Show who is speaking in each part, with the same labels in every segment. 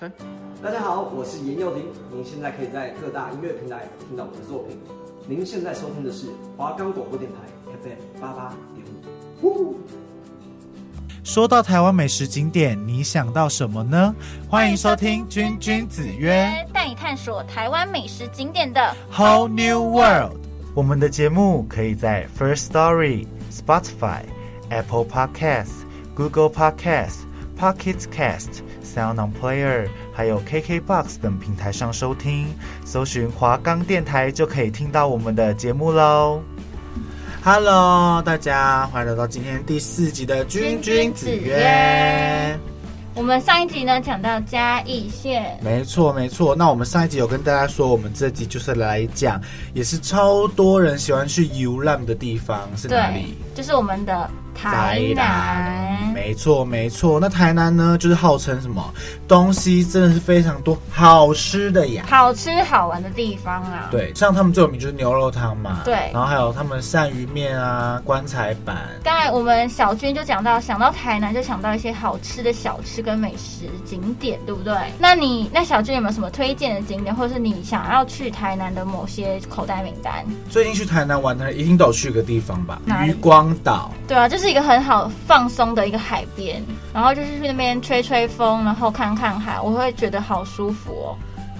Speaker 1: 三，
Speaker 2: 大家好，我是严幼婷，您现在可以在各大音乐平台听到我的作品。您现在收听的是华冈广播电台 FM 八八点五。呜
Speaker 3: 说到台湾美食景点，你想到什么呢？欢迎收听《君君子约》
Speaker 4: 带你探索台湾美食景点的
Speaker 3: Whole New World。我们的节目可以在 First Story、Spotify、Apple Podcasts、Google Podcasts、Pocket Cast、Sound On Player，还有 KKBox 等平台上收听，搜寻华冈电台就可以听到我们的节目喽。Hello，大家欢迎来到今天第四集的《君君子
Speaker 4: 君君子
Speaker 3: 约》
Speaker 4: 约我们上一集呢讲到嘉义县，
Speaker 3: 没错，没错。那我们上一集有跟大家说，我们这集就是来讲，也是超多人喜欢去游览的地方是哪
Speaker 4: 对
Speaker 3: 里？，
Speaker 4: 就是我们的台南。
Speaker 3: 没错，没错。那台南呢，就是号称什么东西真的是非常多，好吃的呀。
Speaker 4: 好吃好玩的地方啊！，
Speaker 3: 对，像他们最有名就是牛肉汤嘛，
Speaker 4: 对
Speaker 3: 然后还有他们鳝鱼面啊、棺材板，
Speaker 4: 刚才我们小军就讲到，想到台南就想到一些好吃的小吃跟美食景点，对不对？那你那小军有没有什么推荐的景点，或者是你想要去台南的某些口袋名单？
Speaker 3: 最近去台南玩的人一定都有去一个地方吧
Speaker 4: 哪，里
Speaker 3: 渔光岛。
Speaker 4: 对啊，就是一个很好放松的一个海边，然后就是去那边吹吹风，然后看看海，我会觉得好舒服哦。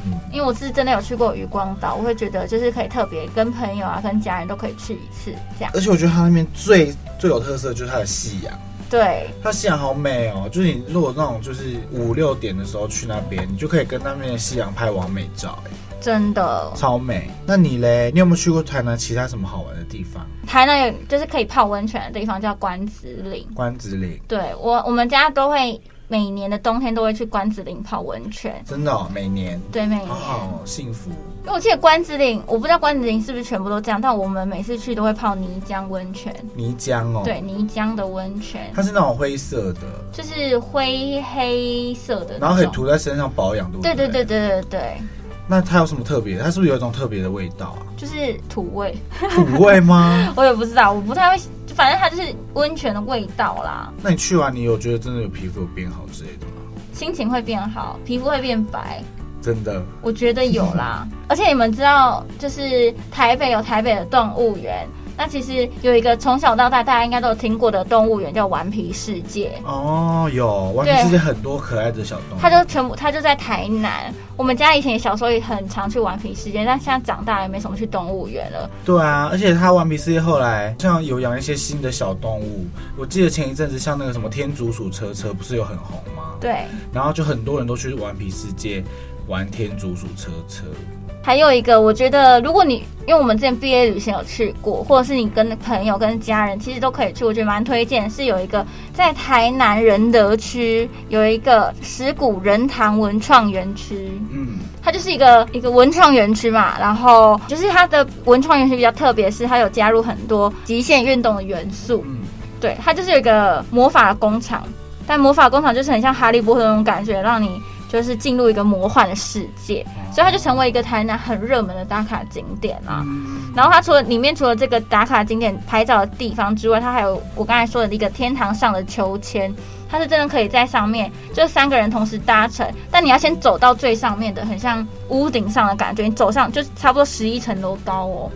Speaker 3: 嗯
Speaker 4: 因为我是真的有去过渔光岛，我会觉得就是可以特别跟朋友啊、跟家人都可以去一次这样。
Speaker 3: 而且我觉得它那边最最有特色就是它的夕阳。
Speaker 4: 对，
Speaker 3: 它夕阳好美哦，就是你如果那种就是五六点的时候去那边，你就可以跟那边的夕阳拍完美照，哎，
Speaker 4: 真的，
Speaker 3: 超美。那你嘞，你有没有去过台南其他什么好玩的地方？
Speaker 4: 台南有就是可以泡温泉的地方叫关子岭。
Speaker 3: 关子岭，
Speaker 4: 对我，我们家都会每年的冬天都会去关子岭泡温泉。
Speaker 3: 真的、哦，每年
Speaker 4: 对，每年。
Speaker 3: 好好幸福。
Speaker 4: 因为我记得关子岭，我不知道关子岭是不是全部都这样，但我们每次去都会泡泥浆温泉。
Speaker 3: 泥浆哦，
Speaker 4: 对，，泥浆的温泉，
Speaker 3: 它是那种灰色的，
Speaker 4: 就是灰黑色的那种，
Speaker 3: 然后可以涂在身上保养，对不
Speaker 4: 对对
Speaker 3: 对
Speaker 4: 对对对对，
Speaker 3: 那它有什么特别的？它是不是有一种特别的味 道啊？
Speaker 4: 就是土味，
Speaker 3: 土味吗？
Speaker 4: 我也不知道，我不太会，反正它就是温泉的味道啦，
Speaker 3: 那你去完，你有觉得真的有皮肤有变好之类的吗？
Speaker 4: 心情会变好，皮肤会变白，
Speaker 3: 真的，
Speaker 4: 我觉得有啦。而且你们知道，就是台北有台北的动物园。那其实有一个从小到大大家应该都有听过的动物园叫顽皮世界，
Speaker 3: 哦，有，外面
Speaker 4: 嗯对
Speaker 3: 世界很多可爱的小动物。
Speaker 4: 它就全部它就在台南。我们家以前小时候也很常去顽皮世界，但现在长大也没什么去动物园了。
Speaker 3: 对啊，而且它顽皮世界后来像有养一些新的小动物，我记得前一阵子像那个什么天竺鼠车车不是有很红吗？
Speaker 4: 对，
Speaker 3: 然后就很多人都去顽皮世界玩天竺鼠车车。
Speaker 4: 还有一个，我觉得如果你因为我们之前毕业旅行有去过，或者是你跟朋友、跟家人，其实都可以去，我觉得蛮推荐。是有一个在台南仁德区有一个石鼓仁堂文创园区，
Speaker 3: 嗯，
Speaker 4: 它就是一个一个文创园区嘛。然后就是它的文创园区比较特别，是它有加入很多极限运动的元素。
Speaker 3: 嗯
Speaker 4: 对，它就是有一个魔法工厂，但魔法工厂就是很像哈利波特那种感觉，让你就是进入一个魔幻的世界，所以它就成为一个台南很热门的打卡景点啊啦、
Speaker 3: 嗯
Speaker 4: 然后它除了里面除了这个打卡景点拍照的地方之外，它还有我刚才说的一个天堂上的秋千，它是真的可以在上面，就三个人同时搭乘，但你要先走到最上面的，很像屋顶上的感觉，你走上就是差不多十一层楼高哦，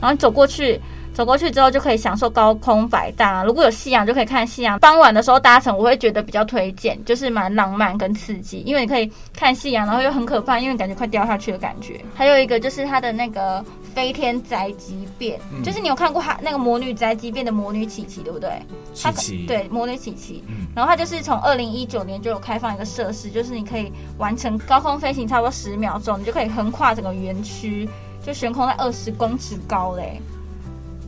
Speaker 4: 然后你走过去。走过去之后就可以享受高空摆荡啊！如果有夕阳就可以看夕阳。傍晚的时候搭乘，我会觉得比较推荐，就是蛮浪漫跟刺激，因为你可以看夕阳，然后又很可怕，因为感觉快掉下去的感觉。还有一个就是它的那个飞天宅急便，
Speaker 3: 嗯
Speaker 4: 就是你有看过它那个魔女宅急便的魔女琪琪，对不对？
Speaker 3: 琪
Speaker 4: 它可
Speaker 3: 琪，，
Speaker 4: 对魔女琪琪，
Speaker 3: 嗯
Speaker 4: 然后它就是从二零一九年就有开放一个设施，就是你可以完成高空飞行差不多十秒钟，你就可以横跨整个园区，就悬空在二十公尺高嘞。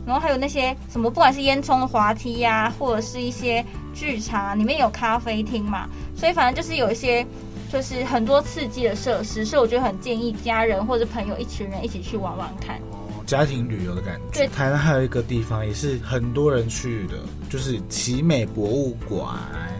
Speaker 4: 然后还有那些什么，不管是烟囱滑梯呀、或者是一些剧场啊，里面有咖啡厅嘛，所以反正就是有一些，就是很多刺激的设施，所以我觉得很建议家人或者朋友一群人一起去玩玩看。
Speaker 3: 哦家庭旅游的感觉。
Speaker 4: 对
Speaker 3: 台南还有一个地方也是很多人去的，就是奇美博物馆。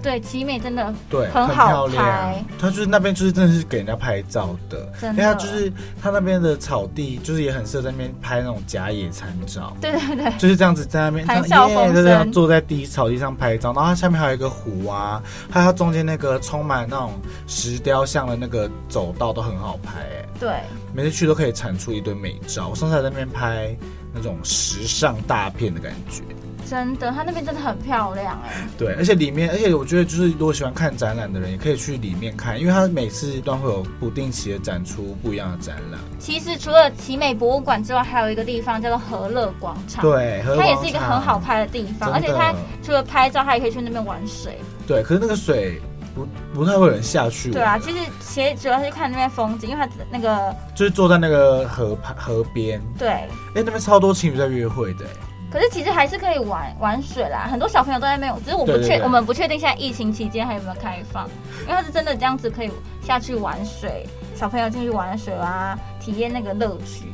Speaker 4: 对，奇美真的
Speaker 3: 对，
Speaker 4: 很
Speaker 3: 漂
Speaker 4: 好
Speaker 3: 亮
Speaker 4: 拍。
Speaker 3: 它就是那边就是真的是给人家拍照的，
Speaker 4: 真
Speaker 3: 因
Speaker 4: 的
Speaker 3: 为它就是它那边的草地，就是也很适合在那边拍那种假野餐照。
Speaker 4: 对对对，
Speaker 3: 就是这样子在那边，
Speaker 4: 谈笑
Speaker 3: 耶
Speaker 4: 风
Speaker 3: 就这样
Speaker 4: 生
Speaker 3: 坐在地草地上拍照，然后它下面还有一个湖啊，还有它中间那个充满那种石雕像的那个走道都很好拍、哎，
Speaker 4: 对，
Speaker 3: 每次去都可以产出一堆美照。我上次还在那边拍那种时尚大片的感觉，
Speaker 4: 真的，它那边真的很漂亮哎、
Speaker 3: 对，而且里面，而且我觉得就是如果喜欢看展览的人，也可以去里面看，因为它每次都会有不定期的展出不一样的展览。
Speaker 4: 其实除了奇美博物馆之外，还有一个地方叫做和乐广场，，
Speaker 3: 对，和
Speaker 4: 它也
Speaker 3: 广
Speaker 4: 是一个
Speaker 3: 场
Speaker 4: 很好。拍的地方，而
Speaker 3: 真
Speaker 4: 且
Speaker 3: 的
Speaker 4: 它除了拍照，它也可以去那边玩水。
Speaker 3: 对，可是那个水不不太会有人下去玩。
Speaker 4: 对啊，其实其实主要是看那边风景，因为它那个
Speaker 3: 就是坐在那个河畔河边，
Speaker 4: 对，
Speaker 3: 哎、那边超多情侣在约会的、哎
Speaker 4: 可是其实还是可以玩玩水啦，很多小朋友都在那边，只是我不
Speaker 3: 对对
Speaker 4: 确
Speaker 3: 对
Speaker 4: 我们不确定现在疫情期间还有没有开放，因为它是真的这样子可以下去玩水，小朋友进去玩水啊，体验那个乐趣，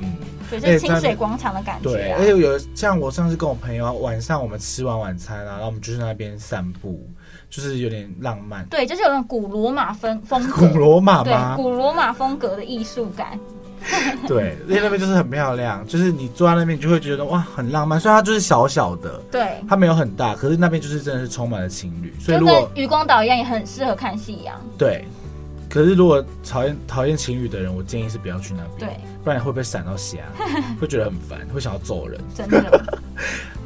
Speaker 3: 嗯，
Speaker 4: 对，就
Speaker 3: 哎
Speaker 4: 是清
Speaker 3: 在
Speaker 4: 水广场的感觉
Speaker 3: 对，
Speaker 4: 啊
Speaker 3: 而。且有像我上次跟我朋友啊晚上我们吃完晚餐啊，然后我们就去那边散步，就是有点浪漫，
Speaker 4: 对，就是有种古罗马风风
Speaker 3: 古
Speaker 4: 格，
Speaker 3: 罗马
Speaker 4: 对
Speaker 3: 吗？
Speaker 4: 古罗马风格的艺术感，
Speaker 3: 对，因为那边就是很漂亮，就是你坐在那边，你就会觉得哇，很浪漫。虽然它就是小小的，
Speaker 4: 对，
Speaker 3: 它没有很大，可是那边就是真的是充满了情侣。所以
Speaker 4: 就
Speaker 3: 如
Speaker 4: 跟
Speaker 3: 果
Speaker 4: 渔光岛一样，也很适合看夕阳。
Speaker 3: 对，可是如果讨厌讨厌情侣的人，我建议是不要去那边，
Speaker 4: 对，
Speaker 3: 不然你会被闪到瞎，会觉得很烦，会想要揍人。
Speaker 4: 真的，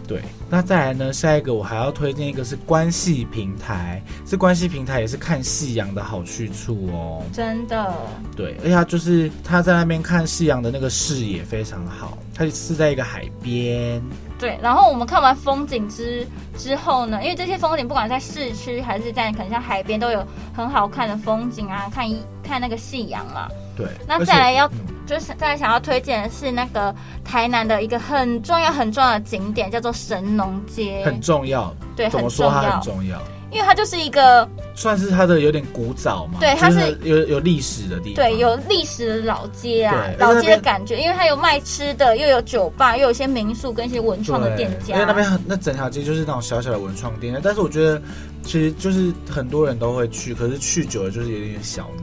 Speaker 3: 对，那再来呢，下一个我还要推荐一个是关系平台，这关系平台也是看夕阳的好去处哦。
Speaker 4: 真的，
Speaker 3: 对，而且它就是他在那边看夕阳的那个视野非常好，它是在一个海边。
Speaker 4: 对。然后我们看完风景之之后呢，因为这些风景不管在市区还是在可能像海边，都有很好看的风景啊，看一看那个夕阳嘛。
Speaker 3: 对，
Speaker 4: 那
Speaker 3: 而且
Speaker 4: 再来要
Speaker 3: 嗯
Speaker 4: 就是再想要推荐的是那个台南的一个很重要很重要的景点，叫做神农街，
Speaker 3: 很重要，
Speaker 4: 对，
Speaker 3: 怎
Speaker 4: 很
Speaker 3: 么
Speaker 4: 重
Speaker 3: 说它
Speaker 4: 要
Speaker 3: 很，重要？
Speaker 4: 因为它就是一个
Speaker 3: 算是它的有点古早嘛，
Speaker 4: 对
Speaker 3: 就
Speaker 4: 它
Speaker 3: 是有有历史的地方，
Speaker 4: 对，有历史的老街啊
Speaker 3: 对，
Speaker 4: 老街
Speaker 3: 而且那边
Speaker 4: 的感觉，因为它有卖吃的，又有酒吧，又有一些民宿跟一些文创的店
Speaker 3: 对因为
Speaker 4: 家
Speaker 3: 那。边很那整条街就是那种小小的文创店，但是我觉得其实就是很多人都会去，可是去久了就是有点小腻。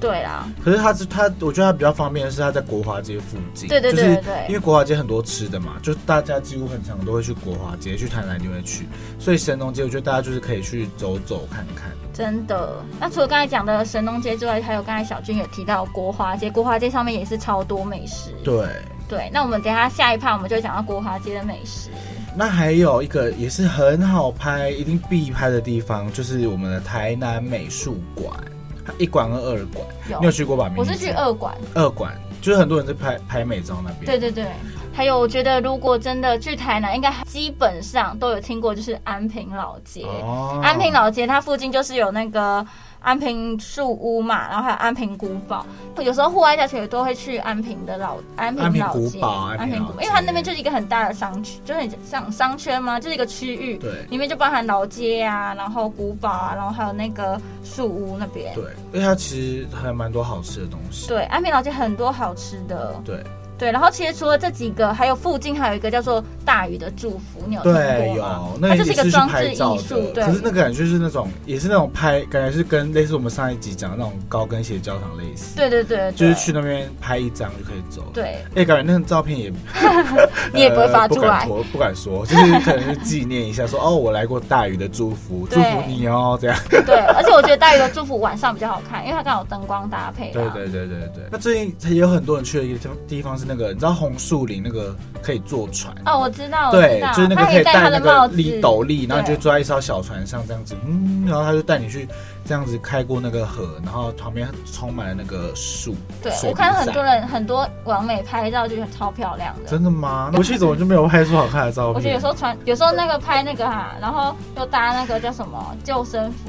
Speaker 4: 对啦，
Speaker 3: 可是它是它，我觉得它比较方便的是它在国华街附近，
Speaker 4: 对对对
Speaker 3: 就
Speaker 4: 对
Speaker 3: 是
Speaker 4: 对
Speaker 3: 因为国华街很多吃的嘛，就大家几乎很常都会去国华街，去台南就会去，所以神农街我觉得大家就是可以去走走看看。
Speaker 4: 真的。那除了刚才讲的神农街之外，还有刚才小军有提到国华街，国华街上面也是超多美食。
Speaker 3: 对，
Speaker 4: 对，那我们等一下下一趴我们就会讲到国华街的美食。
Speaker 3: 那还有一个也是很好拍，一定必拍的地方就是我们的台南美术馆，一馆和二馆，
Speaker 4: 有
Speaker 3: 你有去过吧？明
Speaker 4: 我是
Speaker 3: 明
Speaker 4: 去二馆，
Speaker 3: 二馆，就是很多人在拍拍美照那边。
Speaker 4: 对对对。还有，我觉得如果真的去台南，应该基本上都有听过，就是安平老街。
Speaker 3: 哦
Speaker 4: 安平老街它附近就是有那个安平树屋嘛，然后还有安平古堡。有时候户外假期也都会去安平的老安
Speaker 3: 安
Speaker 4: 平
Speaker 3: 平
Speaker 4: 老
Speaker 3: 古
Speaker 4: 街、
Speaker 3: 堡安平
Speaker 4: 平
Speaker 3: 老
Speaker 4: 古，
Speaker 3: 街
Speaker 4: 因为它那边就是一个很大的商区，就是很像商圈嘛，就是一个区域，
Speaker 3: 对
Speaker 4: 里面就包含老街啊，然后古堡啊，然后还有那个树屋那边。
Speaker 3: 对，而且它其实还蛮多好吃的东西。
Speaker 4: 对，安平老街很多好吃的。
Speaker 3: 对
Speaker 4: 对，然后其实除了这几个，还有附近还有一个叫做大禹的祝福，你有听
Speaker 3: 对，
Speaker 4: 过吗？
Speaker 3: 有，
Speaker 4: 啊它
Speaker 3: 那
Speaker 4: 就是一个
Speaker 3: 去
Speaker 4: 装置
Speaker 3: 拍照
Speaker 4: 艺术，对
Speaker 3: 可是那个感觉就是那种，也是那种拍，感觉是跟类似我们上一集讲的那种高跟鞋教堂类似，
Speaker 4: 对对对，对
Speaker 3: 就是去那边拍一张就可以走了。
Speaker 4: 对。
Speaker 3: 哎、感觉那张照片也，
Speaker 4: 你也不会发出
Speaker 3: 呃
Speaker 4: 来
Speaker 3: 不敢说，不敢说，就是可能是纪念一下说哦，我来过大禹的祝福，祝
Speaker 4: 对
Speaker 3: 福你哦，这样。
Speaker 4: 对，而且我觉得大鱼的祝福晚上比较好看，因为它刚好有灯光搭配啦。
Speaker 3: 对对对对对。那最近也有很多人去的一个地方地方是那个，你知道红树林那个可以坐船。
Speaker 4: 哦，我知道，我
Speaker 3: 对
Speaker 4: 知道，，
Speaker 3: 就是那个
Speaker 4: 它
Speaker 3: 可
Speaker 4: 可
Speaker 3: 以
Speaker 4: 戴它
Speaker 3: 戴那
Speaker 4: 的
Speaker 3: 个
Speaker 4: 帽
Speaker 3: 立
Speaker 4: 子。
Speaker 3: 斗笠，然后你就
Speaker 4: 对
Speaker 3: 坐在一艘小船上这样子，嗯，然后他就带你去这样子开过那个河，然后旁边充满了那个树。
Speaker 4: 对，
Speaker 3: 水
Speaker 4: 我
Speaker 3: 泥
Speaker 4: 看很多
Speaker 3: 伞
Speaker 4: 人很多网美拍照就是超漂亮的。
Speaker 3: 真的吗？我去怎么就没有拍出好看的照片？
Speaker 4: 我觉得有时候穿，有时候那个拍那个哈、然后又搭那个叫什么救生服、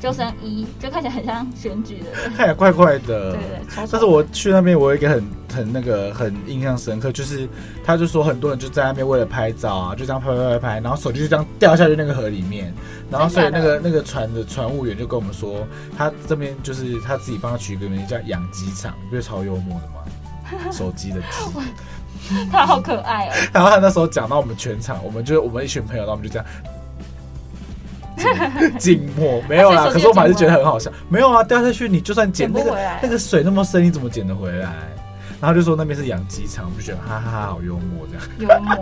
Speaker 4: 救生衣，就看起来很像选举的人。
Speaker 3: 看起来怪怪的。
Speaker 4: 对对，丑丑。
Speaker 3: 嗯但是我去那边，我有一个很很那个很印象深刻，就是他就说很多人就在那边为了拍照啊，就这样拍拍拍拍，然后手机就这样掉下去那个河里面，然后所以那个那个船的船务员就跟我们说，他这边就是他自己帮他取一个名字叫“养鸡场”，不是超幽默的吗？手机的鸡，
Speaker 4: 他好可爱哦。
Speaker 3: 然后他那时候讲到我们全场，我们就我们一群朋友，然后我们就这样。静默没有啦。
Speaker 4: 所以手机
Speaker 3: 可是我
Speaker 4: 有
Speaker 3: 们还是
Speaker 4: 静默
Speaker 3: 觉得很好笑。没有啊，掉下去你就算捡
Speaker 4: 捡不
Speaker 3: 那个
Speaker 4: 回来啊
Speaker 3: 那个水那么深，你怎么捡得回来？然后就说那边是养鸡场，我就觉得哈哈哈好幽默这样。
Speaker 4: 幽默，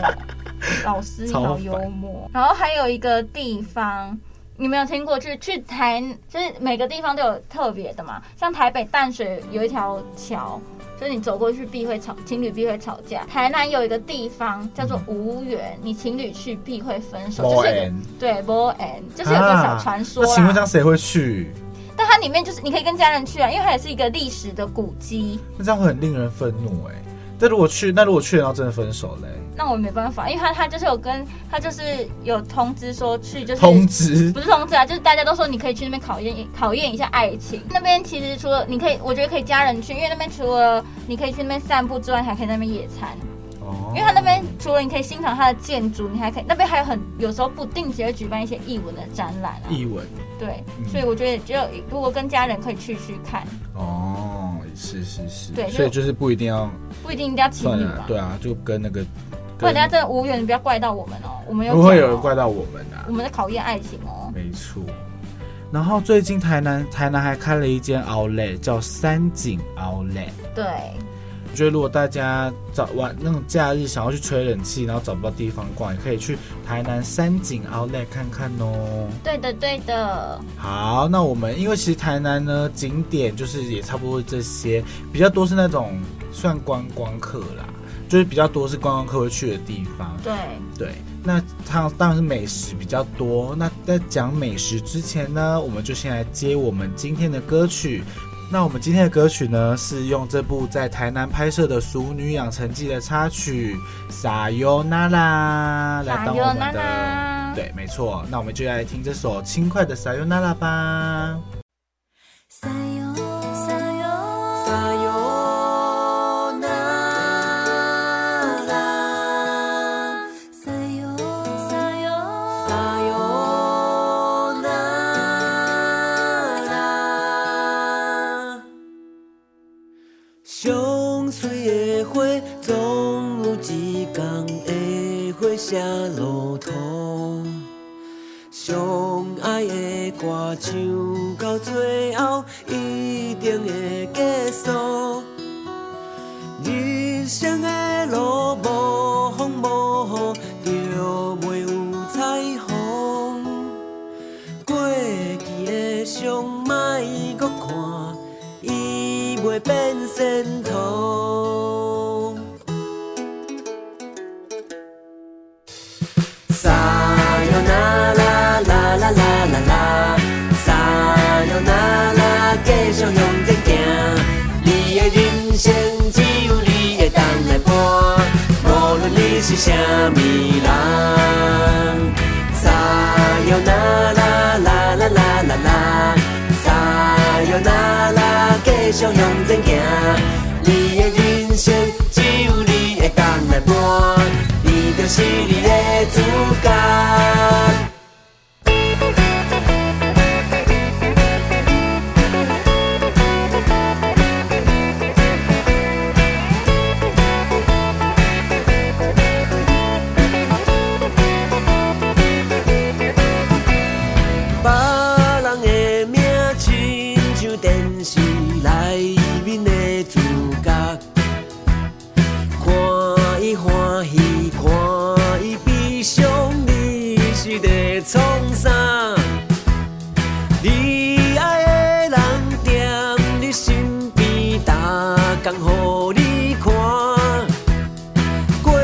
Speaker 4: 老师你
Speaker 3: 超
Speaker 4: 好
Speaker 3: 烦
Speaker 4: 幽默。然后还有一个地方，你没有听过，就是去台，就是每个地方都有特别的嘛。像台北淡水有一条桥，就是你走过去必会吵，情侣必会吵架。台南有一个地方叫做
Speaker 3: 嗯
Speaker 4: 无缘，你情侣去必会分手，就是有一个
Speaker 3: N，
Speaker 4: 对 b n 就是有个小传说啊
Speaker 3: 啊那请问这
Speaker 4: 啦。
Speaker 3: 样谁会去？
Speaker 4: 但它里面就是你可以跟家人去啊，因为它也是一个历史的古迹。
Speaker 3: 那这样会很令人愤怒哎、但如果去，那如果去然后真的分手嘞、
Speaker 4: 那我没办法，因为他他就是有跟他就是有通知说去，就是
Speaker 3: 通知
Speaker 4: 不是通知啊，就是大家都说你可以去那边考验考验一下爱情。那边其实除了你可以，我觉得可以家人去，因为那边除了你可以去那边散步之外，你还可以在那边野餐。
Speaker 3: 哦
Speaker 4: 因为它那边除了你可以欣赏它的建筑，你还可以那边还有很有时候不定期会举办一些艺文的展览啊。
Speaker 3: 译文
Speaker 4: 对
Speaker 3: 嗯，
Speaker 4: 所以我觉得只有如果跟家人可以去去看，
Speaker 3: 哦，是是是，
Speaker 4: 对
Speaker 3: 所以
Speaker 4: 就
Speaker 3: 就是不一定要
Speaker 4: 不一定一定要情
Speaker 3: 算
Speaker 4: 侣
Speaker 3: 了
Speaker 4: 嘛，。
Speaker 3: 对啊，就跟那个，
Speaker 4: 不然人家真的无缘，你不要怪到我们哦，我们有
Speaker 3: 不会
Speaker 4: 讲哦
Speaker 3: 有人怪到我们啊
Speaker 4: 我，们在考验爱情哦。
Speaker 3: 没错。然后最近台南台南还开了一间 Outlet，叫三井 Outlet。
Speaker 4: 对，
Speaker 3: 我觉得如果大家早晚那种假日想要去吹冷气，然后找不到地方逛，也可以去台南三井 Outlet 看看哦。
Speaker 4: 对的，对的，
Speaker 3: 好，那我们因为其实台南呢景点就是也差不多这些，比较多是那种算观光客啦，就是比较多是观光客会去的地方。
Speaker 4: 对，
Speaker 3: 对，那它当然是美食比较多。那在讲美食之前呢，我们就先来接我们今天的歌曲。那我们今天的歌曲呢，是用这部在台南拍摄的《熟女养成记》的插曲《撒由那拉》来当我们的。
Speaker 4: 啦。
Speaker 3: 对，没错。那我们就来听这首轻快的《撒由那拉》吧。
Speaker 1: さよさよさよならさよさよさよなら
Speaker 5: 上水的花总有一天会花谢落土。相爱的歌唱到最后，一定会结束。人生的路无风无雨，就袂有彩虹。过去的伤，莫搁看，伊袂变仙途。撒哟那拉啦啦啦啦啦，撒哟那拉，继续向前行。你的人生只有你会当来伴，无论你是啥物人。撒哟那拉啦啦啦啦啦，撒哟那拉，继续向前行。你的人生只有你会当来伴，你就是你的主角。别人的名亲像电视内面的主角，看伊欢喜，看伊悲伤，你是在创啥？你爱的人踮你身边，逐工予你看。过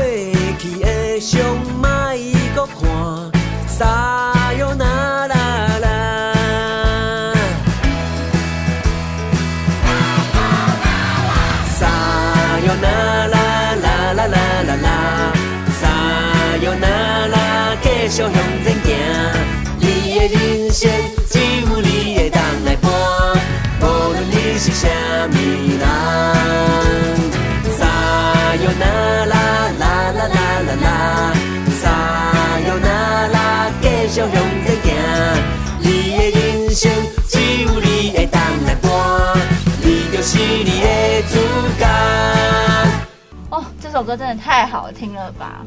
Speaker 5: 去的伤，莫搁看，撒哟那啦啦。撒哟那啦啦啦啦啦啦，撒哟那啦，继续向前行。你的人生只有你会当来伴，无论你是啥物人。撒哟那啦啦啦啦啦啦，撒哟那啦，继续向前行。你的人生只有你会当来伴，你就是你的主角。
Speaker 4: 哦，这首歌真的太好听了吧！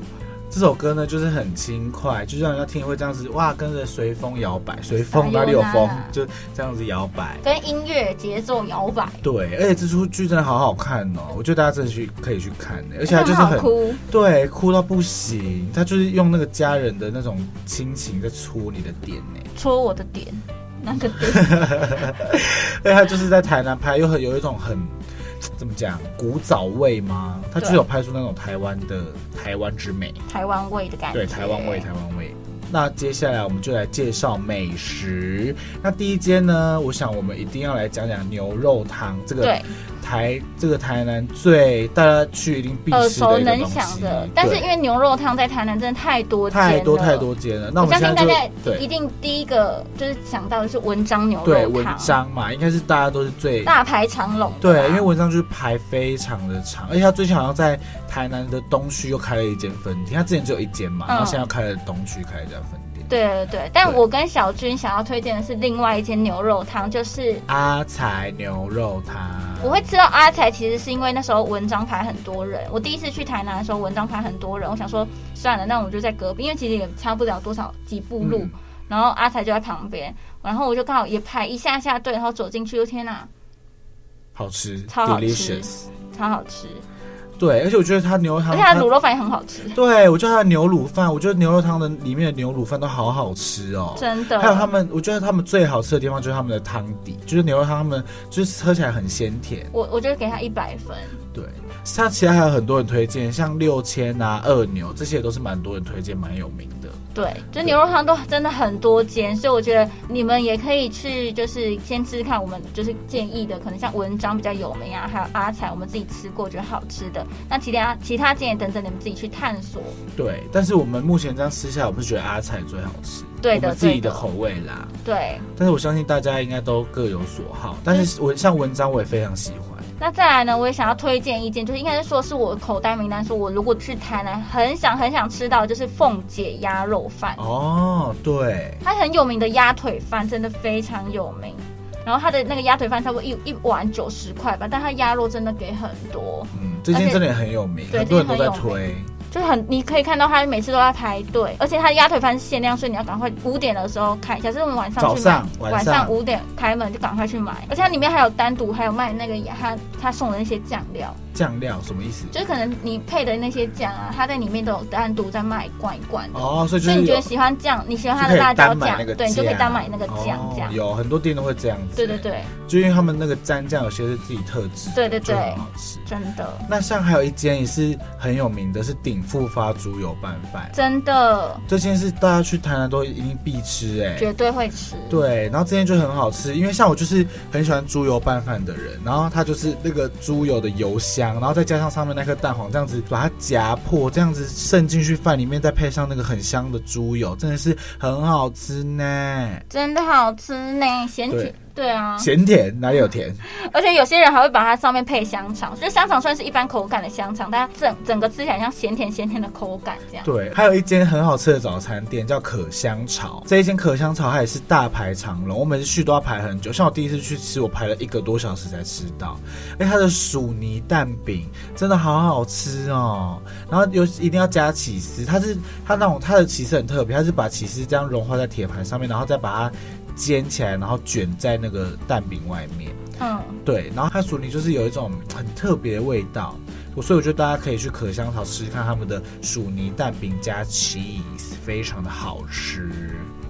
Speaker 3: 这首歌呢，就是很轻快，就让人家听会这样子哇，跟着随风摇摆，随风哪里有风
Speaker 4: 哎呦那
Speaker 3: 就这样子摇摆。
Speaker 4: 跟音乐节奏摇摆，
Speaker 3: 对，而且这出剧真的好好看哦，我觉得大家真的去可以去看的，而且它就是
Speaker 4: 好
Speaker 3: 很
Speaker 4: 哭，
Speaker 3: 对，哭到不行，他就是用那个家人的那种亲情在戳你的点呢。
Speaker 4: 戳我的点，那个 点
Speaker 3: 而且他就是在台南拍，又很有一种很怎么讲古早味吗？他就
Speaker 4: 对
Speaker 3: 有拍出那种台湾的台湾之美，
Speaker 4: 台湾味的感觉，
Speaker 3: 对，台湾味，台湾味。那接下来我们就来介绍美食。那第一间呢，我想我们一定要来讲讲牛肉汤这个
Speaker 4: 对，
Speaker 3: 台这个台南最大家去一定必
Speaker 4: 耳
Speaker 3: 吃的
Speaker 4: 熟
Speaker 3: 一个
Speaker 4: 能
Speaker 3: 东
Speaker 4: 详
Speaker 3: 西
Speaker 4: 的。。但是
Speaker 3: 对
Speaker 4: 因为牛肉汤在台南真的太多间了
Speaker 3: 太多太，多间了，那
Speaker 4: 我
Speaker 3: 我们
Speaker 4: 相信
Speaker 3: 现在
Speaker 4: 大
Speaker 3: 就
Speaker 4: 家一
Speaker 3: 对
Speaker 4: 定第一个就是想到的是文章牛
Speaker 3: 对
Speaker 4: 肉
Speaker 3: 文
Speaker 4: 汤，
Speaker 3: 章嘛，应该是大家都是最
Speaker 4: 大排长龙的啦，
Speaker 3: 对，因为文章就是排非常的长，而且他最近好像在台南的东区又开了一间分店，他之前只有一间嘛，
Speaker 4: 嗯
Speaker 3: 然后现在又开了东区开了一家分店。
Speaker 4: 对对对，但
Speaker 3: 对
Speaker 4: 我跟小军想要推荐的是另外一间牛肉汤，就是
Speaker 3: 阿财牛肉汤，
Speaker 4: 我会知道阿才，其实是因为那时候文章排很多人。我第一次去台南的时候，文章排很多人，我想说算了，那我们就在隔壁，因为其实也差不了多少几步路。
Speaker 3: 嗯
Speaker 4: 然后阿才就在旁边，然后我就刚好也排一下下队，然后走进去，就天哪，
Speaker 3: 好吃
Speaker 4: 超好吃
Speaker 3: ，delicious。
Speaker 4: 超好吃！
Speaker 3: 对，而且我觉得他牛肉汤，
Speaker 4: 而且它的卤
Speaker 3: 它
Speaker 4: 肉饭也很好吃，
Speaker 3: 对我觉得他的牛卤饭，我觉得牛肉汤的里面的牛卤饭都好好吃哦。
Speaker 4: 真的。
Speaker 3: 还有他们，我觉得他们最好吃的地方就是他们的汤底，就是牛肉汤，他们就是喝起来很鲜甜。
Speaker 4: 我我就给他一百分，
Speaker 3: 对，像其他还有很多人推荐，像六千啊、二牛这些都是蛮多人推荐，蛮有名的。
Speaker 4: 对，就牛肉汤都真的很多间，所以我觉得你们也可以去，就是先吃吃看我们就是建议的，可能像文章比较有名啊，还有阿彩我们自己吃过觉得好吃的，那其他其他间也等着你们自己去探索。
Speaker 3: 对，但是我们目前这样吃下来，我们是觉得阿菜最好吃，
Speaker 4: 对的
Speaker 3: 我们自己的
Speaker 4: 对的
Speaker 3: 口味啦。
Speaker 4: 对，
Speaker 3: 但是我相信大家应该都各有所好，但是我像文章我也非常喜欢。
Speaker 4: 那再来呢，我也想要推荐一间，就是应该是说是我口袋名单，说我如果去台南，很想很想吃到的就是凤姐鸭肉饭。
Speaker 3: 哦，对，
Speaker 4: 它很有名的鸭腿饭真的非常有名，然后它的那个鸭腿饭差不多一一碗九十块吧，但它鸭肉真的给很多，
Speaker 3: 嗯，这间真的也很有名，
Speaker 4: 对
Speaker 3: 很多人都在
Speaker 4: 这间很有
Speaker 3: 推。
Speaker 4: 就很你可以看到它每次都在排队，而且它的鸭腿饭是限量，所以你要赶快五点的时候开，假设我们晚上去买，
Speaker 3: 早上晚
Speaker 4: 晚
Speaker 3: 上
Speaker 4: 上五点开门就赶快去买，而且它里面还有单独还有卖那个它它送的那些酱料，
Speaker 3: 酱料什么意思？
Speaker 4: 就是可能你配的那些酱啊，它在里面都有单独在卖一罐一罐的。
Speaker 3: 哦，所以就
Speaker 4: 所以
Speaker 3: 是
Speaker 4: 你觉
Speaker 3: 有
Speaker 4: 得喜欢酱，你喜欢它
Speaker 3: 就可
Speaker 4: 的
Speaker 3: 以
Speaker 4: 辣椒
Speaker 3: 单买
Speaker 4: 酱
Speaker 3: 那，个
Speaker 4: 对，你就可以单买那个酱，
Speaker 3: 哦
Speaker 4: 这样。
Speaker 3: 有很多店都会这样子。
Speaker 4: 对对，对，
Speaker 3: 就因为他们那个蘸酱有些是自己特制的，
Speaker 4: 对对对
Speaker 3: 就很好吃。
Speaker 4: 真的，
Speaker 3: 那像还有一间也是很有名的，是鼎富发猪油拌饭，
Speaker 4: 真的
Speaker 3: 这间是大家去台南都一定必吃哎、
Speaker 4: 绝对会吃。
Speaker 3: 对，然后这间就很好吃，因为像我就是很喜欢猪油拌饭的人，然后它就是那个猪油的油香，然后再加上上面那颗蛋黄，这样子把它夹破，这样子渗进去饭里面，再配上那个很香的猪油，真的是很好吃呢。
Speaker 4: 真的好吃呢，咸
Speaker 3: 对
Speaker 4: 甜。对啊，
Speaker 3: 咸甜哪里有甜？
Speaker 4: 而且有些人还会把它上面配香肠，就是香肠虽然是一般口感的香肠，但它整整个吃起来像咸甜咸甜的口感这样。
Speaker 3: 对，还有一间很好吃的早餐店叫可香炒，这一间可香炒它也是大排长龙，我每次去都要排很久。像我第一次去吃，我排了一个多小时才吃到。哎，它的薯泥蛋饼真的好好吃哦，然后有一定要加起司，它是它那种它的起司很特别，它是把起司这样融化在铁盘上面，然后再把它煎起来，然后卷在那个蛋饼外面。
Speaker 4: 嗯，
Speaker 3: 对，然后它薯泥就是有一种很特别的味道，我所以我觉得大家可以去可香草吃吃看他们的薯泥蛋饼加 cheese，非常的好吃。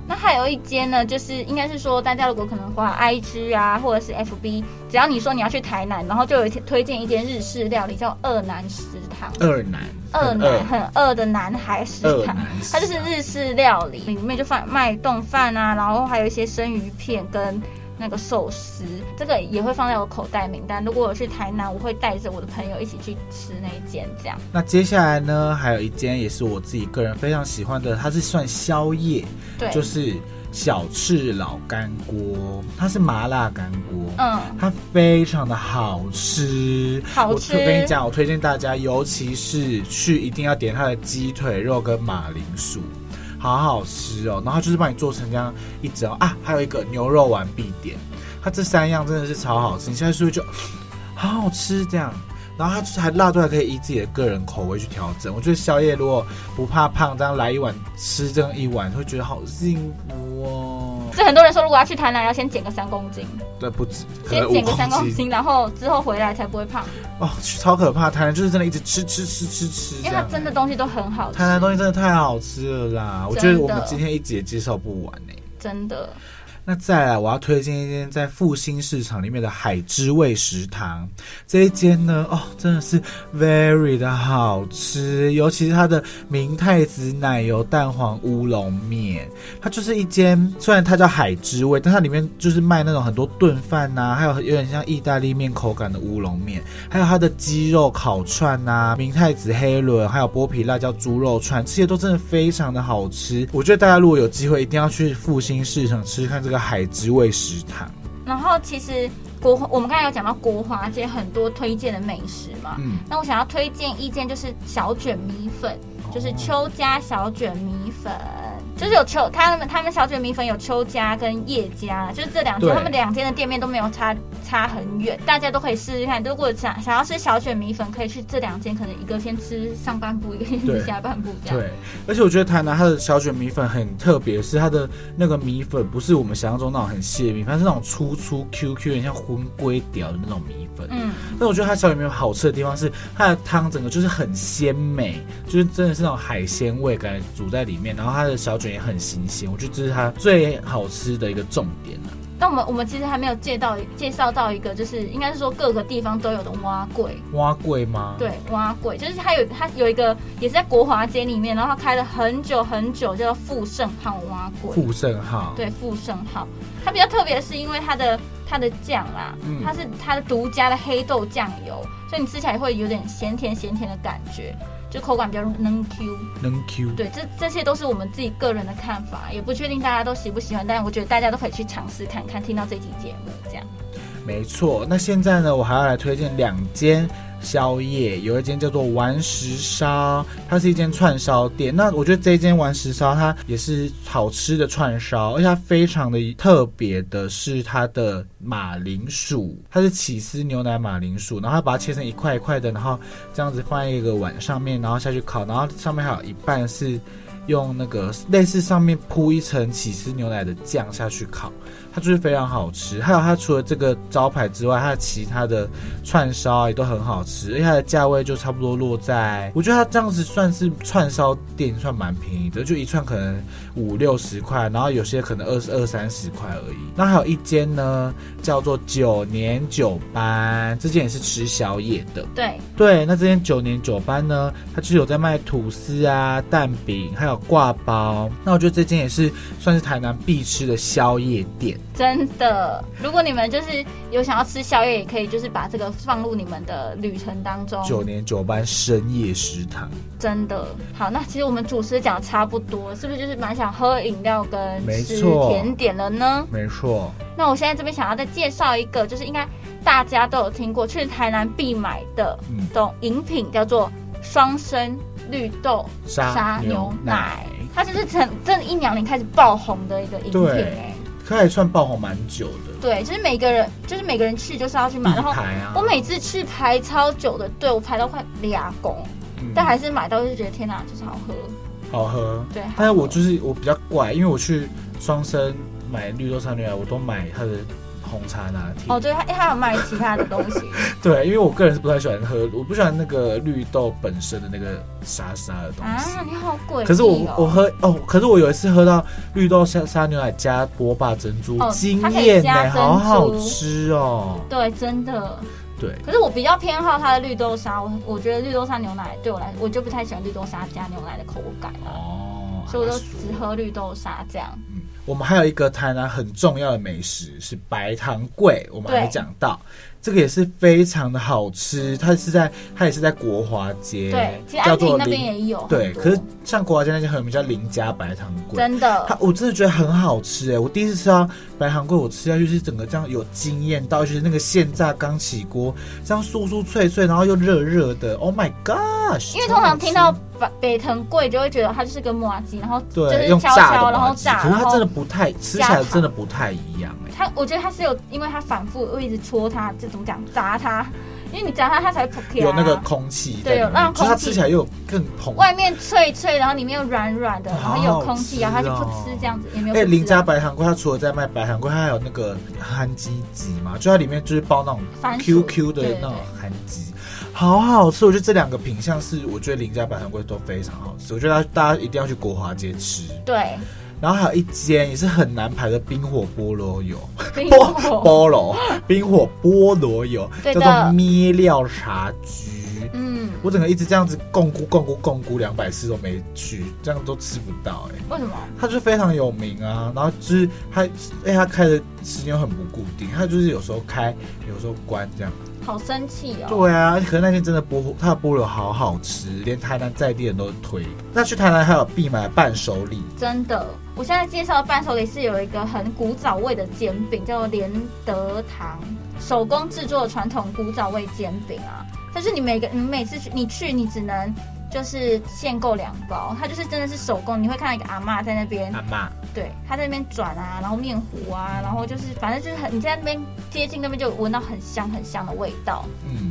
Speaker 4: 那还有一间呢，就是应该是说大家如果可能花 IG 啊，或者是 FB，只要你说你要去台南，然后就有一天推荐一间日式料理叫二南食堂。
Speaker 3: 二男，
Speaker 4: 饿
Speaker 3: 很
Speaker 4: 男很饿的男孩食
Speaker 3: 二
Speaker 4: 堂
Speaker 3: 男，
Speaker 4: 它就是日式料理，里面就放卖冻饭啊，然后还有一些生鱼片跟那个寿司，这个也会放在我口袋名单。如果我去台南，我会带着我的朋友一起去吃那一间，这样
Speaker 3: 那接下来呢，还有一间也是我自己个人非常喜欢的，它是算宵夜，
Speaker 4: 对，
Speaker 3: 就是小赤老干锅，它是麻辣干锅。
Speaker 4: 嗯，
Speaker 3: 它非常的好吃，
Speaker 4: 好
Speaker 3: 我
Speaker 4: 吃
Speaker 3: 推我跟你讲，我推荐大家，尤其是去一定要点它的鸡腿肉跟马铃薯，好好吃哦。然后就是帮你做成这样一整啊，还有一个牛肉 丸必点，它这三样真的是超好吃。你现在是不是就好好吃这样？然后它就是还辣度还可以依自己的个人口味去调整。我觉得宵夜如果不怕胖，这样来一碗吃这样一碗，会觉得好幸福哦。
Speaker 4: 所以很多人说，如果要去台南，要先减个三公斤，
Speaker 3: 对，不止可
Speaker 4: 先
Speaker 3: 能五
Speaker 4: 减个三
Speaker 3: 公
Speaker 4: 公
Speaker 3: 斤
Speaker 4: 斤，然后之后回来才不会胖，
Speaker 3: 哦，超可怕！台南就是真的一直吃吃吃吃吃，
Speaker 4: 因为它真的东西都很好吃
Speaker 3: 台，南东西真的太好吃了啦！我觉得
Speaker 4: 真的
Speaker 3: 我们今天一节介绍不完呢、欸
Speaker 4: 真的。
Speaker 3: 那再来，我要推荐一间在复兴市场里面的海之味食堂。这一间呢，哦，真的是 very 的好吃，尤其是它的明太子奶油蛋黄乌龙面。它就是一间，虽然它叫海之味，但它里面就是卖那种很多炖饭呐、还有有点像意大利面口感的乌龙面，还有它的鸡肉烤串呐、明太子黑轮，还有剥皮辣椒猪肉串，这些都真的非常的好吃。我觉得大家如果有机会，一定要去复兴市场吃吃看这个海之味食堂。
Speaker 4: 然后其实国我们刚才有讲到国华街很多推荐的美食嘛，
Speaker 3: 嗯，
Speaker 4: 那我想要推荐意见就是小卷米粉，就是邱家小卷米粉，就是有邱他们他们小卷米粉有邱家跟叶家，就是这两
Speaker 3: 对
Speaker 4: 间他们两间的店面都没有差差很远，大家都可以试试看。如果想想要吃小卷米粉，可以去这两间，可能一个先吃上半部，一个先
Speaker 3: 对
Speaker 4: 吃下半部这样。
Speaker 3: 对，而且我觉得台南它的小卷米粉很特别，是它的那个米粉不是我们想象中那种很细的米粉，它是那种粗粗 Q Q，有点像荤龟屌的那种米粉。
Speaker 4: 嗯，
Speaker 3: 但我觉得它小卷米粉好吃的地方是它的汤整个就是很鲜美，就是真的是那种海鲜味感觉煮在里面，然后它的小卷也很新鲜，我觉得这是它最好吃的一个重点啊。
Speaker 4: 但我们我们其实还没有介到介绍到一个，就是应该是说各个地方都有的蛙柜。
Speaker 3: 蛙贵吗？，
Speaker 4: 对，蛙柜就是它有它有一个也是在国华街里面，然后它开了很久很久，叫做富盛号蛙柜。
Speaker 3: 富盛号。
Speaker 4: 对，富盛号，它比较特别的是因为它的它的酱啦，
Speaker 3: 嗯
Speaker 4: 它是它的独家的黑豆酱油，所以你吃起来会有点咸甜咸甜的感觉，就口感比较嫩 Q。
Speaker 3: 能 Q。
Speaker 4: 对，这这些都是我们自己个人的看法，也不确定大家都喜不喜欢，但我觉得大家都可以去尝试看看。听到这期节目这样，
Speaker 3: 没错，那现在呢，我还要来推荐两间宵夜，有一间叫做顽石烧，它是一间串烧店。那我觉得这一间顽石烧它也是好吃的串烧，而且它非常的特别的是它的马铃薯，它是起司牛奶马铃薯，然后它把它切成一块一块的，然后这样子放在一个碗上面，然后下去烤，然后上面还有一半是。用那个类似上面铺一层起司牛奶的酱下去烤，它就是非常好吃。还有它除了这个招牌之外，它的其他的串烧啊也都很好吃，而且它的价位就差不多落在，我觉得它这样子算是串烧店算蛮便宜的，就一串可能五六十块，然后有些可能二十二三十块而已。那还有一间呢，叫做九年九班，这间也是吃宵夜的。
Speaker 4: 对，
Speaker 3: 对，那这间九年九班呢，它就是有在卖吐司啊、蛋饼，还有挂包。那我觉得这间也是算是台南必吃的宵夜店。
Speaker 4: 真的，如果你们就是有想要吃宵夜，也可以就是把这个放入你们的旅程当中。
Speaker 3: 九年九班深夜食堂，
Speaker 4: 真的好，那其实我们主持讲得差不多，是不是就是蛮想喝饮料跟
Speaker 3: 没
Speaker 4: 吃
Speaker 3: 错
Speaker 4: 甜点了呢？
Speaker 3: 没错，
Speaker 4: 那我现在这边想要再介绍一个，就是应该大家都有听过，去台南必买的
Speaker 3: 嗯
Speaker 4: 种饮品叫做双生绿豆
Speaker 3: 沙
Speaker 4: 沙
Speaker 3: 牛
Speaker 4: 牛
Speaker 3: 奶
Speaker 4: 奶，它就是从这一两年开始爆红的一个饮品、
Speaker 3: 对
Speaker 4: 哎。
Speaker 3: 它也算爆红蛮久的。
Speaker 4: 对，就是每个人，就是每个人去就是要去买，
Speaker 3: 必
Speaker 4: 嗯然后
Speaker 3: 排啊
Speaker 4: 我每次去排超久的队，我排到快俩公，
Speaker 3: 嗯
Speaker 4: 但还是买到就觉得天哪，就是好喝。
Speaker 3: 好喝。
Speaker 4: 对好喝
Speaker 3: 但是我就是我比较怪，因为我去双生买绿豆沙牛奶，我都买它的红茶拿铁。
Speaker 4: 哦，对，他他有卖其他的东西，
Speaker 3: 对，因为我个人是不太喜欢喝，我不喜欢那个绿豆本身的那个沙沙的东西。
Speaker 4: 啊，你好诡异、哦。
Speaker 3: 可是我我喝哦，可是我有一次喝到绿豆沙沙牛奶加波霸珍珠，
Speaker 4: 哦
Speaker 3: 惊
Speaker 4: 它可以
Speaker 3: 艳呢、
Speaker 4: 加珍珠
Speaker 3: 好好吃哦。
Speaker 4: 对，真的。
Speaker 3: 对，
Speaker 4: 可是我比较偏好它的绿豆沙，我我觉得绿豆沙牛奶对我来，我就不太喜欢绿豆沙加牛奶的口感啊，
Speaker 3: 哦，
Speaker 4: 所以我
Speaker 3: 好
Speaker 4: 就
Speaker 3: 舒
Speaker 4: 只喝绿豆沙这样。
Speaker 3: 我们还有一个台南很重要的美食是白糖桂，我们还没
Speaker 4: 对
Speaker 3: 讲到，这个也是非常的好吃。它是在它也是在国华街，
Speaker 4: 对，其实
Speaker 3: 叫
Speaker 4: 安
Speaker 3: 做
Speaker 4: 平那边
Speaker 3: 林
Speaker 4: 也有很多。
Speaker 3: 对，可是像国华街那些很有名叫林家白糖桂，
Speaker 4: 真
Speaker 3: 它
Speaker 4: 的，
Speaker 3: 我真的觉得很好吃哎、我第一次吃到白糖桂，我吃下去是整个这样有惊艳到，就是那个现炸刚起锅，这样酥酥脆脆，然后又热热的，Oh my gosh！
Speaker 4: 因为通常听
Speaker 3: 超好吃
Speaker 4: 到北北藤贵就会觉得它就是个麻吉，然后就
Speaker 3: 对
Speaker 4: 是
Speaker 3: 用
Speaker 4: 敲
Speaker 3: 炸
Speaker 4: 敲，
Speaker 3: 的
Speaker 4: 然
Speaker 3: 麻
Speaker 4: 后
Speaker 3: 吉
Speaker 4: 炸，
Speaker 3: 可是
Speaker 4: 然
Speaker 3: 它
Speaker 4: 后
Speaker 3: 真的不太吃起
Speaker 4: 加
Speaker 3: 来
Speaker 4: 糖
Speaker 3: 真的不太一样哎、
Speaker 4: 它我觉得它是有，因为它反复一直戳它，这怎么讲砸它，因为你夹它它才 p
Speaker 3: 有那个空气在里
Speaker 4: 啊对有
Speaker 3: 面，
Speaker 4: 让
Speaker 3: 就是它
Speaker 4: 空气
Speaker 3: 吃起来又有更蓬。
Speaker 4: 外面脆脆，然后里面又软软的，然后有空气，然
Speaker 3: 好好吃
Speaker 4: 后它就
Speaker 3: 哦
Speaker 4: 不吃这样子，也没有
Speaker 3: 哎，
Speaker 4: 不
Speaker 3: 林
Speaker 4: 吃
Speaker 3: 家
Speaker 4: 啊。
Speaker 3: 白寒龟，它除了在卖白寒龟，它还有那个韩鸡鸡嘛，就它里面就是包那种
Speaker 4: 番薯
Speaker 3: QQ 的
Speaker 4: 对
Speaker 3: 那种韩鸡，好好吃。我觉得这两个品相是我觉得林家白寒龟都非常好吃，我觉得大大家一定要去国华街吃。
Speaker 4: 对，
Speaker 3: 然后还有一间也是很难排的冰火菠萝油，
Speaker 4: 冰
Speaker 3: 菠
Speaker 4: 火
Speaker 3: 菠萝冰火菠萝油
Speaker 4: 对
Speaker 3: 叫
Speaker 4: 的
Speaker 3: 做咩料茶居。
Speaker 4: 嗯，
Speaker 3: 我整个一直这样子共估共估共估两百次都没去，这样都吃不到哎、欸。
Speaker 4: 为什么？
Speaker 3: 它就非常有名啊，然后就是它，哎、它开的时间又很不固定，它就是有时候开，有时候关这样。
Speaker 4: 好生气哦。
Speaker 3: 对啊，可是那天真的菠它的菠萝好好吃，连台南在地人都推。那去台南还有必买的伴手礼，
Speaker 4: 真的，我现在介绍的伴手礼是有一个很古早味的煎饼，叫做莲德堂手工制作的传统古早味煎饼啊。但是你每个你每次去你去你只能就是限购两包，它就是真的是手工，你会看到一个阿嬷在那边，
Speaker 3: 阿妈
Speaker 4: 对，她在那边转啊，然后面糊啊，然后就是反正就是很你在那边接近那边就闻到很香很香的味道。
Speaker 3: 嗯，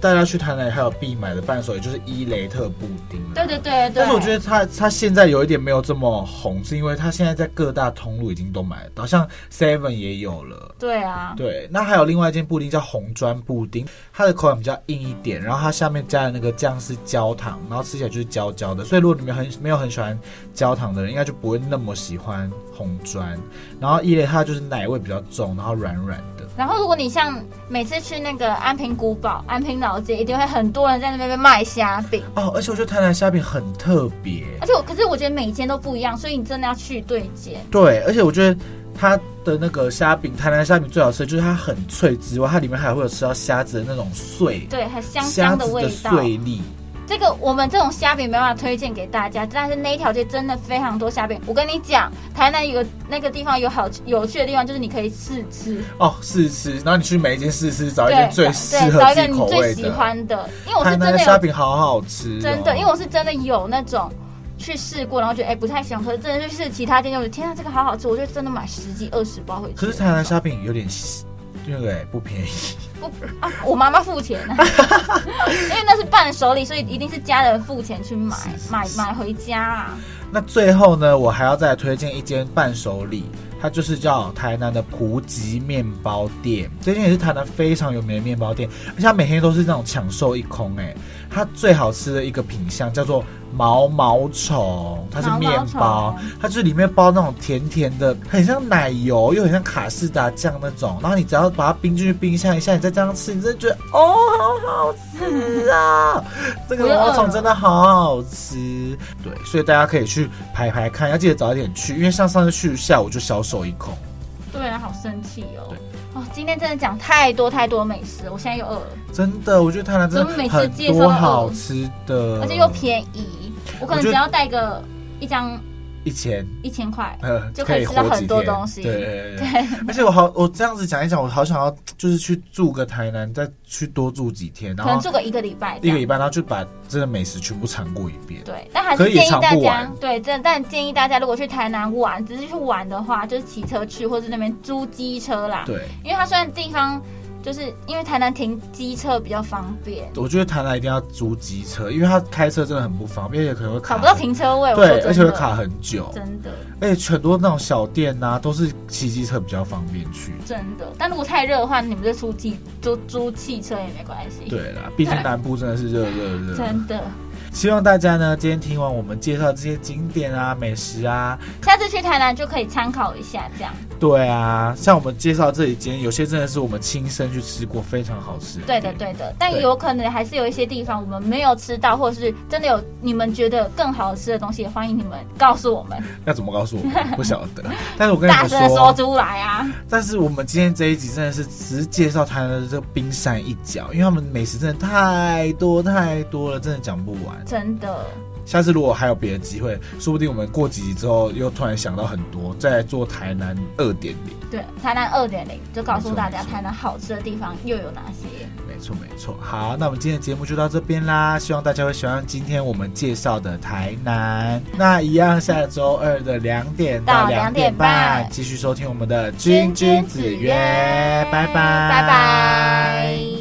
Speaker 3: 大家去台南还有必买的伴手礼就是伊雷特布丁、啊。
Speaker 4: 对对对对。
Speaker 3: 但是我觉得它它现在有一点没有这么红，是因为它现在在各大通路已经都买得到，像 Seven 也有了。
Speaker 4: 对啊，
Speaker 3: 对，那还有另外一间布丁叫红砖布丁，它的口感比较硬一点，然后它下面加的那个酱是焦糖，然后吃起来就是焦焦的，所以如果你们很没有很喜欢焦糖的人，应该就不会那么喜欢红砖。然后伊雷它就是奶味比较重，然后软软的。
Speaker 4: 然后，如果你像每次去那个安平古堡、安平老街，一定会很多人在那边被卖虾饼。
Speaker 3: 哦，而且我觉得台南虾饼很特别，
Speaker 4: 而且我，可是我觉得每一间都不一样，所以你真的要去对间。
Speaker 3: 对，而且我觉得它的那个虾饼，台南虾饼最好吃的就是它很脆之外，它里面还会有吃到虾子的那种碎
Speaker 4: 对，很香
Speaker 3: 虾
Speaker 4: 香
Speaker 3: 子
Speaker 4: 味
Speaker 3: 的
Speaker 4: 道。
Speaker 3: 碎粒。
Speaker 4: 这个我们这种虾饼没办法推荐给大家，但是那一条街真的非常多虾饼。我跟你讲，台南有个那个地方有好有趣的地方，就是你可以试吃，
Speaker 3: 哦，试吃，然后你去每一间试吃，找一
Speaker 4: 对
Speaker 3: 间最
Speaker 4: 找
Speaker 3: 适
Speaker 4: 对
Speaker 3: 合
Speaker 4: 找一
Speaker 3: 自
Speaker 4: 个
Speaker 3: 己
Speaker 4: 你
Speaker 3: 口
Speaker 4: 最
Speaker 3: 味
Speaker 4: 喜
Speaker 3: 的。
Speaker 4: 欢的，因为我
Speaker 3: 台
Speaker 4: 是
Speaker 3: 南
Speaker 4: 真
Speaker 3: 的
Speaker 4: 的
Speaker 3: 虾
Speaker 4: 有
Speaker 3: 饼好好吃、哦，
Speaker 4: 真的，因为我是真的有那种去试过，然后觉得哎、不太喜欢，可是真的就是其他店就觉得天啊这个好好吃，我就真的买十几二十包回去。
Speaker 3: 可是台南虾饼有点那个、欸、不便宜，
Speaker 4: 不啊，我妈妈付钱、 啊，因为那是伴手礼，所以一定是家人付钱去买买买回家啊。
Speaker 3: 那最后呢，我还要再推荐一间伴手礼，它就是叫台南的普吉面包店。这间也是台南非常有名的面包店，而且它每天都是那种抢售一空、欸。它最好吃的一个品相叫做毛毛虫，它是面包，
Speaker 4: 毛毛虫
Speaker 3: 它就是里面包那种甜甜的，很像奶油，又很像卡士达酱那种。然后你只要把它冰进去冰箱一下，你再这样吃，你真的觉得哦，好好吃啊！这个
Speaker 4: 我又
Speaker 3: 毛毛
Speaker 4: 饿
Speaker 3: 虫
Speaker 4: 了
Speaker 3: 真的好好吃。对，所以大家可以去排排看，要记得早一点去，因为像上次去下午就销售一空。
Speaker 4: 对啊，好生气哦。哦，今天真的讲太多太多美食，我现在又饿了，
Speaker 3: 真的，我觉得台南真
Speaker 4: 怎么
Speaker 3: 的
Speaker 4: 每次
Speaker 3: 很
Speaker 4: 介绍
Speaker 3: 多
Speaker 4: 都
Speaker 3: 好吃的，
Speaker 4: 而且又便宜，我可
Speaker 3: 呃我
Speaker 4: 能
Speaker 3: 觉
Speaker 4: 只
Speaker 3: 得
Speaker 4: 要带个一张
Speaker 3: 一千。
Speaker 4: 一千块。
Speaker 3: 呃，
Speaker 4: 就可以吃到
Speaker 3: 活几
Speaker 4: 很多
Speaker 3: 天
Speaker 4: 东西
Speaker 3: 对对对对。而且我好，我这样子讲一讲，我好想要就是去住个台南，再去多住几天，
Speaker 4: 可
Speaker 3: 然
Speaker 4: 能
Speaker 3: 后
Speaker 4: 住个一个礼拜这
Speaker 3: 一
Speaker 4: 样，
Speaker 3: 个礼拜，然后就把这个美食全部尝过一遍。
Speaker 4: 对，但还
Speaker 3: 可
Speaker 4: 是
Speaker 3: 以
Speaker 4: 建议
Speaker 3: 尝
Speaker 4: 大
Speaker 3: 不
Speaker 4: 家
Speaker 3: 完，
Speaker 4: 对，但但建议大家，如果去台南玩，只是去玩的话，就是骑车去，或是那边租机车啦。，
Speaker 3: 对，
Speaker 4: 因为它虽然地方，就是因为台南停机车比较方便，
Speaker 3: 我觉得台南一定要租机车，因为他开车真的很不方便，也可能会卡
Speaker 4: 找不到
Speaker 3: 很
Speaker 4: 停车位。我
Speaker 3: 对，
Speaker 4: 说
Speaker 3: 而且会
Speaker 4: 真的
Speaker 3: 卡很久。
Speaker 4: 真的
Speaker 3: 而且很多那种小店呐、都是骑机车比较方便去。
Speaker 4: 真的。但如果太热的话，你们就租机租租汽车也没关系。，
Speaker 3: 对啦，毕竟南部真的是热热热。
Speaker 4: 真的。
Speaker 3: 希望大家呢，今天听完我们介绍这些景点啊、美食啊，
Speaker 4: 下次去台南就可以参考一下，这样
Speaker 3: 对啊，像我们介绍这几间，有些真的是我们亲身去吃过，非常好吃。
Speaker 4: 对的对的。但
Speaker 3: 对
Speaker 4: 有可能还是有一些地方我们没有吃到，或者是真的有你们觉得更好吃的东西，也欢迎你们告诉我们。
Speaker 3: 要怎么告诉我 们？不晓得。但是我跟你
Speaker 4: 大
Speaker 3: 们
Speaker 4: 声的说
Speaker 3: 说，
Speaker 4: 出来啊！
Speaker 3: 但是我们今天这一集真的是只介绍台南的这个冰山一角，因为他们美食真的太多太多了，真的讲不完。
Speaker 4: 真的，
Speaker 3: 下次如果还有别的机会，说不定我们过几集之后又突然想到很多，再来做台南二点零。
Speaker 4: 对，台南二点零就告诉大家
Speaker 3: 没错没错
Speaker 4: 台南好吃的地方又有哪些。
Speaker 3: 没错没错，好，那我们今天的节目就到这边啦，希望大家会喜欢今天我们介绍的台南。那一样，下周二的两点到
Speaker 4: 到
Speaker 3: 两
Speaker 4: 两
Speaker 3: 点
Speaker 4: 点
Speaker 3: 半
Speaker 4: 半
Speaker 3: 继续收听我们的君君子约，拜拜
Speaker 4: 拜拜。